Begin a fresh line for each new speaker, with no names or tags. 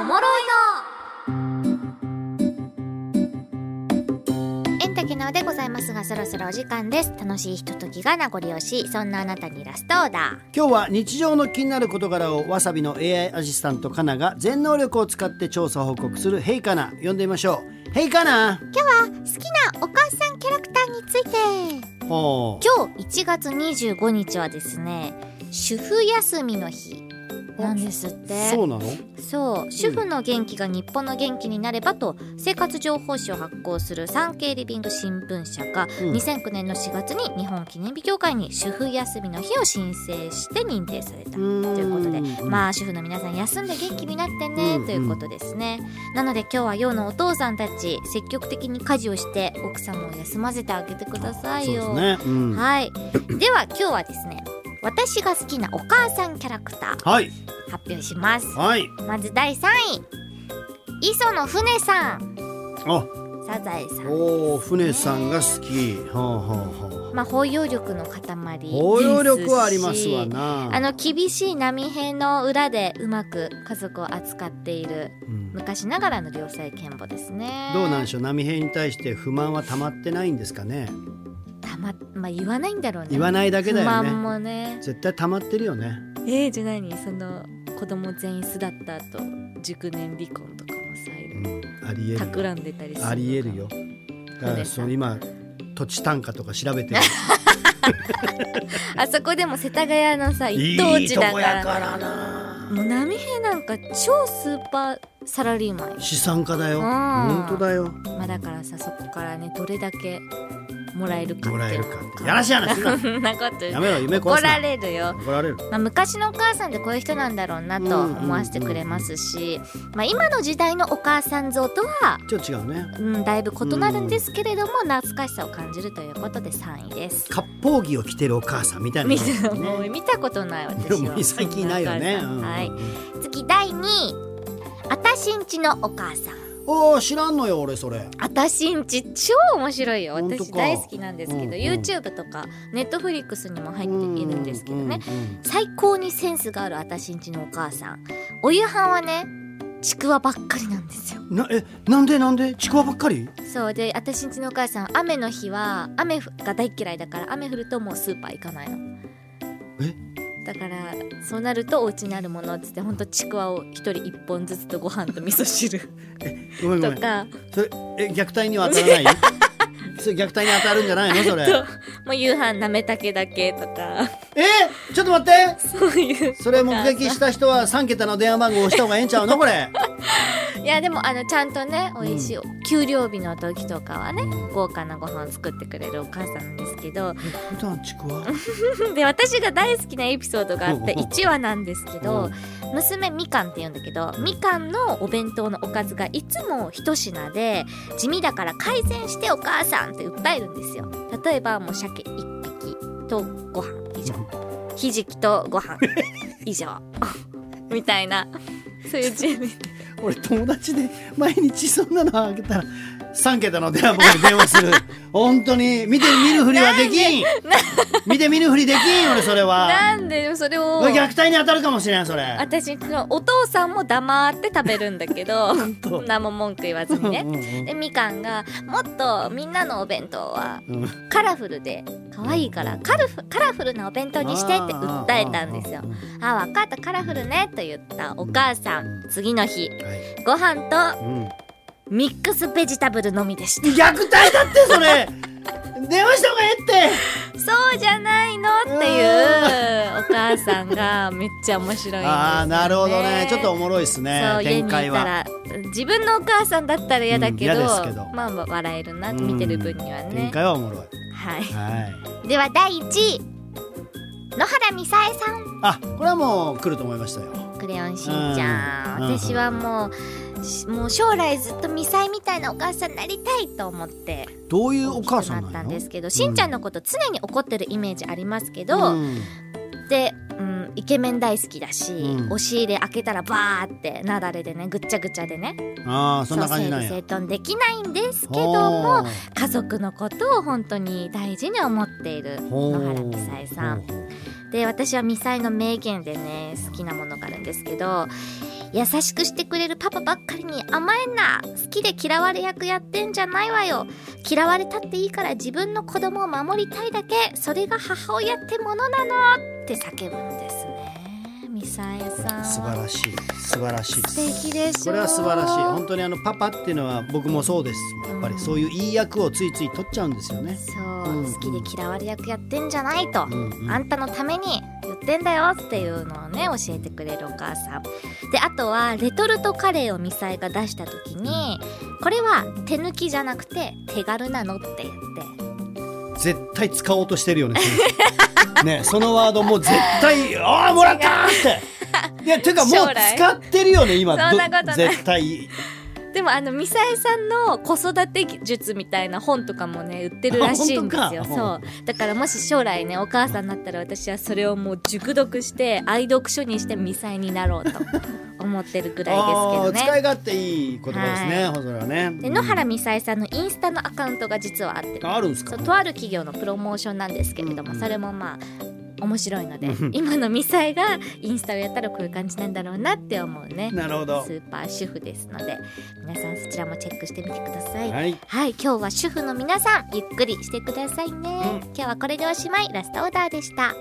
おもろい
エンタケナオでございますがそろそろお時間です楽しいひとときが名残惜しいそんなあなたにラストオーダ
今日は日常の気になる事柄をわさびの AI アシスタントカナが全能力を使って調査報告する「ヘイカナ」呼んでみましょう「ヘイカナ
ー好きなお母さんキャラクターについて」
ほう
今日1月25日はですね主婦休みの日なんですって
そうなの
そう主婦の元気が日本の元気になればと生活情報誌を発行する産経リビング新聞社が
うん
2009年の4月に日本記念日協会に主婦休みの日を申請して認定されたということで
うーん
まあ主婦の皆さん休んで元気になってね
うん
ということですねなので今日はようのお父さんたち積極的に家事をして奥様を休ませてあげてください
そう
よ
ですね、うん、は
はいでは今日はですね私が好きなお母さんキャラクター
い
発表します
はい
まず第3位磯野船さん
あ
サザエさん
おお船さんが好きほうほうほう
まあ包容力の塊
包容力はありますわ
ですし
な
あの厳しい波平の裏でうまく家族を扱っている
うん
昔ながらの良妻賢母ですね
どうなんで
し
しょう波平に対して不満は溜まってないんですかね
たま、まあ、言わないんだろうね
言わないだけだよ
不満
ね
もね
絶対溜まってるよね
えー、じゃあ何その子供全員巣だった後熟年離婚とかもさいる
うんありえるよ
企んでたりするのか
ありえるよだからその今土地単価とか調 べてる
あそこでも世田谷のさ一等
いい
地
と
だ
こ
から
やからな
もう波平なんか超スーパーサラリーマンよ
資産家だよ
うん
本当だよ
まあだからさそこからねどれだけもらえるかっていう
もらえるかってやらしい話すな
そんなこと
やめろ夢壊
怒
すな
られるよ、
怒られる
まあ、昔のお母さんってこういう人なんだろうなと思わせてくれますし、まあ、今の時代のお母さん像とは、
ちょっと違うね
うん、だいぶ異なるんですけれども懐かしさを感じるということで3位です。
割烹着を着てるお母さんみたい な
見たもう見たことない
で
私
も
は
最近いないよね、
そんなお母さんはい
うんうんうん
次第2位あたしんちのお母さん
おー知らんのよ俺それ
私んち超面白いよ
本当
私
か
大好きなんですけど、
うんうん
YouTube とか Netflix にも入っているんですけどね、
うんうんうん
最高にセンスがある私んちのお母さんお夕飯はねちくわばっかりなんですよ
なえなんでなんでちくわばっかり
そうで私んちのお母さん雨の日は雨が大嫌いだから雨降るともうスーパー行かないの
え
だからそうなるとお家にあるものっつってほんとちくわを一人一本ずつとご飯と味噌汁
ごめんご
と
めん
か
それえ虐待には当た らないそれ虐待に当たるんじゃないのそれ
ともう夕飯なめたけだけとか
えちょっと待って
そういう
それ目撃した人は3桁の電話番号を押した方がええんちゃうのこれ
いやでもあのちゃんとね美味しい、給料日の時とかはね
うん
豪華なご飯を作ってくれるお母さんなんですけど
普段ちくわ
で私が大好きなエピソードがあって
うんうんうん
1話なんですけ
う
ど
ん
娘みかんって言うんだけどみかんのお弁当のおかずがいつも一品で地味だから改善してお母さんって訴えるんですよ例えばもう鮭1匹とご飯以 上ひじきとご飯以上 みたいなそういう準備
俺友達で毎日そんなのあげたら3桁の電話番号に電話する本当に見て見るふりはできん見て見るふりできん俺それは
なんででもそれを
虐待に当たるかもしれんそれ
私のお父さんも黙って食べるんだけ ど
当
何も文句言わずにね
うんうんうん
でみかんがもっとみんなのお弁当は
うん
カラフルで可愛いからカルフカラフルなお弁当にしてって訴えたんですよ
あーあー
あ分かったカラフルねと言ったお母さん次の日
あーはい
ご飯と
うん
ミックスベジタブルのみで した
虐待だってそれ電話した方がええって
そうじゃないのっていうお母さんがめっちゃ面白いんですよ、ね、
ああなるほどねちょっとおもろいですね
そう家に
展
い
開
た
は
ら自分のお母さんだったら嫌だけど,、
うん嫌ですけど
まあまあ笑えるな見てる分には
うん
ね
展、開はおもろい
は
はい
い、では第1位野原美沙恵さん
あこれはもう来ると思いましたよ
「クレヨンしんちゃん」
うん
私はもうしもう将来ずっと美沙恵みたいなお母さんになりたいと思って
どういう
大
お
きくな
母さん
っ
な
たん
の
ですけど、しんちゃんのこと常に怒ってるイメージありますけど、
うん
で、うん、イケメン大好きだし、
うん
押し入れ開けたらバーってなだれでねぐっちゃぐちゃでね
ああそんな感じなん
そう整理
や
整頓できないんですけども
ほう
家族のことを本当に大事に思っている野原美沙恵さん
ほうほう
で私はミサイの名言でね好きなものがあるんですけど優しくしてくれるパパばっかりに甘えんな好きで嫌われ役やってんじゃないわよ嫌われたっていいから自分の子供を守りたいだけそれが母親ってものなのって叫ぶんですねミサエさん
素晴らしい素晴らしい
素敵でしょ
これは素晴らしい本当にあのパパっていうのは僕もそうですやっぱりそういういい役をついつい取っちゃうんですよね、
そう、
うん
好きで嫌われ役やってんじゃないと、
うんうん
あんたのために言ってんだよっていうのをね教えてくれるお母さんであとはレトルトカレーをミサイが出した時にこれは手抜きじゃなくて手軽なのって言って
絶対使おうとしてるよねねそのワードもう絶 対ああもらったーっていやていうかもう
将来
使ってるよね今
そんなことない
絶対
でもあのミサイさんの子育て術みたいな本とかもね売ってるらしいんですよ
あ本
そ
当か
うだからもし将来ねお母さんになったら私はそれをもう熟読して愛読書にしてミサイになろうと思ってるぐらいですけどね
あー使い勝手いい言葉ですね、それはね
で野原美沙さんのインスタのアカウントが実はあって
あるんです
そ
か
うとある企業のプロモーションなんですけれども、
うん
それもまあ面白いので
うん
今のミサイがインスタをやったらこういう感じなんだろうなって思うね
なるほ
ス
ど
ーパー主婦ですので皆さんそちらもチェックしてみてください。はい
はい
今日は主婦の皆さんゆっくりしてくださいね、
うん
今日はこれでおしまいラストオーダーでした